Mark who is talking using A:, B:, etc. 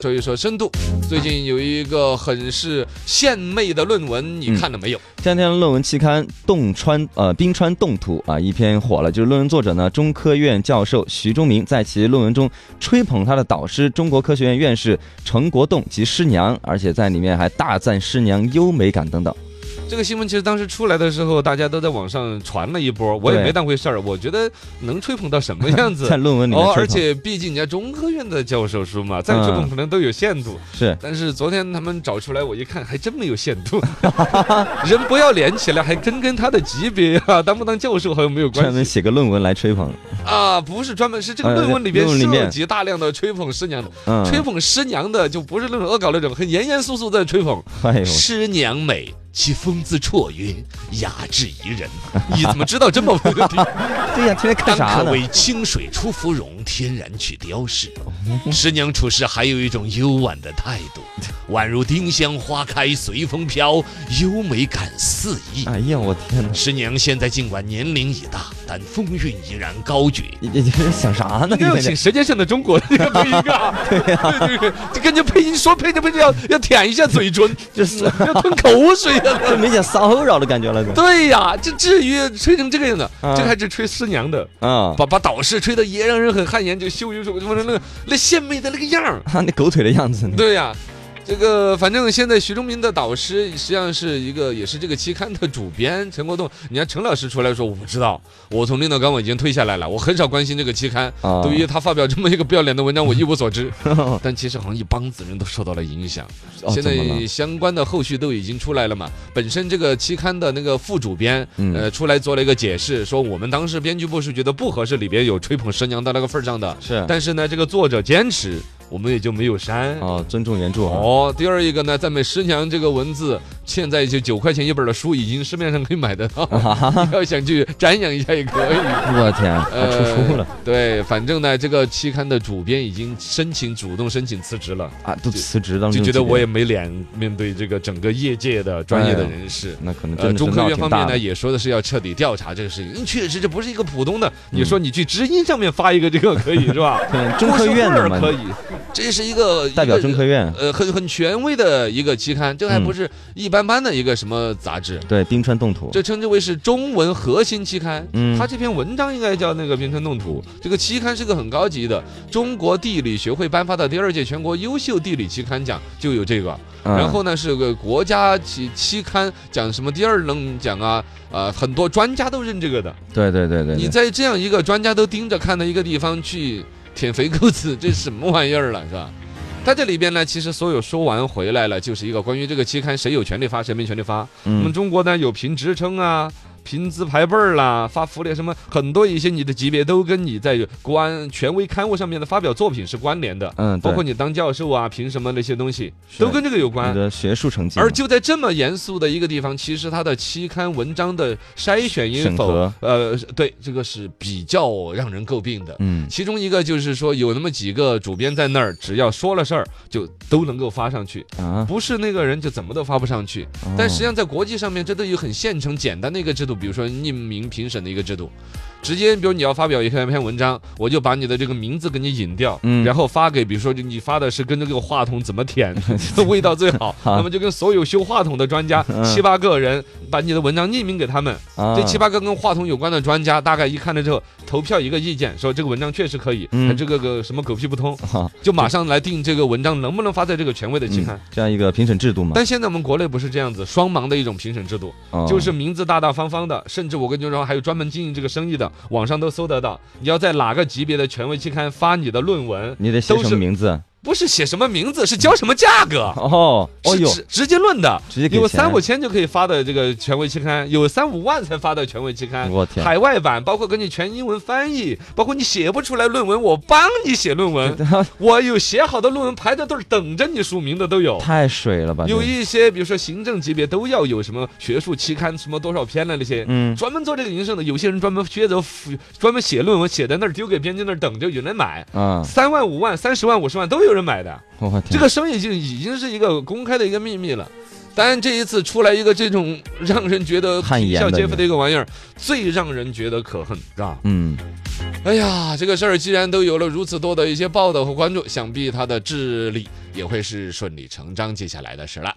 A: 说一说深度。最近有一个很是献媚的论
B: 嗯
A: 文，你看了没有？
B: 前两天的论文期刊《洞川》呃《冰川冻土》啊，一篇火了，就是论文作者呢，中科院教授徐忠明在其论文中吹捧他的导师中国科学院院士程国栋及师娘，而且在里面还大赞师娘优美感等等。
A: 这个新闻其实当时出来的时候，大家都在网上传了一波，我也
B: 对
A: 没当回事儿。我觉得能吹捧到什么样
B: 在
A: 子？
B: 论文里面
A: 哦，
B: 吹捧、
A: 而且毕竟人家中科院的教授说嘛，再吹捧
B: 嗯
A: 可能都有限度。
B: 是
A: 但是昨天他们找出来，我一看还真没有限度。 人不要脸起来，还真跟他的级别啊，当不当教授好像没有关
B: 专门
A: 系
B: 写个论文来吹捧，
A: 啊。不是专门是这个
B: 呃
A: 论文里边
B: 论文
A: 涉
B: 里面
A: 及大量的吹捧师娘的，
B: 嗯，
A: 吹捧师娘的就不是那种恶搞那种，很严严肃肃在吹捧。
B: 哎呦，
A: 师娘美，其风姿绰约，雅致宜 人。你怎么知道这么问题？
B: 对呀、天天看
A: 当
B: 啥
A: 可
B: 呢？
A: 为清水出芙蓉，天然取雕饰。师娘处事还有一种幽婉的态 度，宛如丁香花开随风飘，优美感四溢。
B: 哎呀，我天哪！
A: 师娘现在尽管年龄已大，但风韵依然高绝。
B: 你你你这想啥呢？你
A: 要
B: 在
A: 请
B: 这
A: 《舌尖上的中国》 那个配音啊，对呀，对对，就跟着配音说配着配着要要舔一下嘴 唇，
B: 就是
A: 要吞口水呀。
B: 这明显骚扰的感觉了，都
A: 对呀，这至于吹成这个样子，
B: 啊
A: 这个还是吹师娘的，
B: 啊
A: 把把导师吹的也让人很汗颜，就羞于说，就是那个那献媚的那个样儿。
B: 啊，那狗腿的样子呢，
A: 对呀，这个反正现在徐忠明的导师实际上是一个，也是这个期刊的主编陈国栋。你看陈老师出来说，我不知道，我从领导岗位已经退下来了，我很少关心这个期刊。
B: 啊，
A: 对于他发表这么一个不要脸的文章，我一无所 知。但其实好像一帮子人都受到了影响。
B: 哦
A: 现
B: 怎么了
A: 在相关的后续都已经出来了嘛。本身这个期刊的那个副主编，
B: 嗯
A: 呃，出来做了一个解释，说我们当时编剧部是觉得不合适，里边有吹捧师娘到那个份儿上的。
B: 是
A: 但是呢，这个作者坚持，我们也就没有删。
B: 哦，尊重原著啊。
A: 哦，第二一个呢，赞美师娘这个文字，现在就九块钱一本的书已经市面上可以买得到， 要想去瞻仰一下也可以。
B: 我天，还出书了
A: 呃对，反正呢，这个期刊的主编已经申请主动申请辞职了，
B: 啊！都辞职当
A: 就
B: 中
A: 觉得我也没脸面对这个整个业界的专
B: 哎
A: 业的人士。
B: 那可能真
A: 呃，
B: 的是
A: 中科
B: 闹
A: 院
B: 挺
A: 方
B: 大
A: 面
B: 的
A: 呢也说的是要彻底调查这个事情，嗯确实这不是一个普通的。你说你去知音上面发一个这个可以是吧？
B: 嗯 中科院的嘛
A: 故事会儿可以，这是一个
B: 代表
A: 一个
B: 中科院，
A: 呃很很权威的一个期刊，这还
B: 嗯
A: 不是一般般的一个什么杂志，
B: 对冰川冻土，
A: 这称之为是中文核心期刊。
B: 嗯
A: 它这篇文章应该叫那个《冰川冻土》，这个期刊是个很高级的，中国地理学会颁发的第二届全国优秀地理期刊奖就有这个。
B: 嗯
A: 然后呢，是个国家期期刊奖，什么第二等奖啊，呃，很多专家都认这个的。
B: 对对对对，
A: 你
B: 对
A: 在这样一个专家都盯着看的一个地方去舔肥沟子，这什么玩意儿了，是吧？他这里边呢，其实所有说完回来了，就是一个关于这个期刊谁有权利发，谁没权利发。我们
B: 嗯
A: 中国呢有评职称啊。评资排辈儿啦，发福利什么，很多一些你的级别都跟你在关权威刊物上面的发表作品是关联的，
B: 嗯，
A: 包括
B: 你
A: 你当教授啊，评什么那些东西
B: 是
A: 都跟这个有
B: 你
A: 关。
B: 的学术成绩嘛，
A: 而就在这么严肃的一个地方，其实它的期刊文章的筛选与
B: 审
A: 否
B: 核，
A: 呃，对，这个是比较让人诟病的。
B: 嗯
A: 其中一个就是说，有那么几个主编在那儿，只要说了事儿，就都能够发上去。
B: 啊，哦
A: 不是那个人就怎么都发不上去。但实际上在国际上面，这都有很现成简单的一个制度，比如说匿名评审的一个制度，直接比如你要发表一篇篇文章，我就把你的这个名字给你隐掉，
B: 嗯
A: 然后发给比如说就你发的是跟这个话筒怎么 舔味道最好，
B: 好
A: 那么就跟所有修话筒的专家
B: 嗯
A: 七八个人把你的文章匿名给他们，
B: 哦
A: 这七八个跟话筒有关的专家大概一看了之后投票一个意见，说这个文章确实可以，
B: 嗯
A: 这个个什么狗屁不通，
B: 啊
A: 就马上来定这个文章能不能发在这个权威的期刊。
B: 嗯这样一个评审制度嘛，
A: 但现在我们国内不是这样子，双盲的一种评审制度，
B: 哦
A: 就是名字大大方方的，甚至我跟你说，还有专门经营这个生意的，网上都搜得到。你要在哪个级别的权威期刊发你的论文，
B: 你得写
A: 都
B: 什
A: 是
B: 么名字？
A: 不是写什么名字，是交什么价格。
B: 哦，哦
A: 是
B: 呦，
A: 直直接论的，
B: 直接给
A: 有
B: 钱
A: 三五千就可以发的这个权威期刊，有三五万才发的权威期刊，
B: 我天
A: 海外版包括给你全英文翻译，包括你写不出来论文，我帮你写论 文，我有写好的论文排着队儿等着你署名的都有。
B: 太水了吧？
A: 有
B: 这
A: 一些，比如说行政级别都要有什么学术期刊什么多少篇了那些，
B: 嗯
A: 专门做这个营生的，有些人专门学着专门写论文，写在那儿丢给编辑那儿等着有人买，
B: 啊
A: 三万五万三十万五十万都有人买的，
B: 我天，
A: 这个生意就已经是一个公开的一个秘密了。当然，这一次出来一个这种让人觉得
B: 汗
A: 啼
B: 颜
A: 笑
B: 的
A: 皆非
B: 那
A: 的一个玩意儿，最让人觉得可恨，是吧？
B: 嗯，
A: 哎呀，这个事儿既然都有了如此多的一些报道和关注，想必他的治理也会是顺理成章接下来的事了。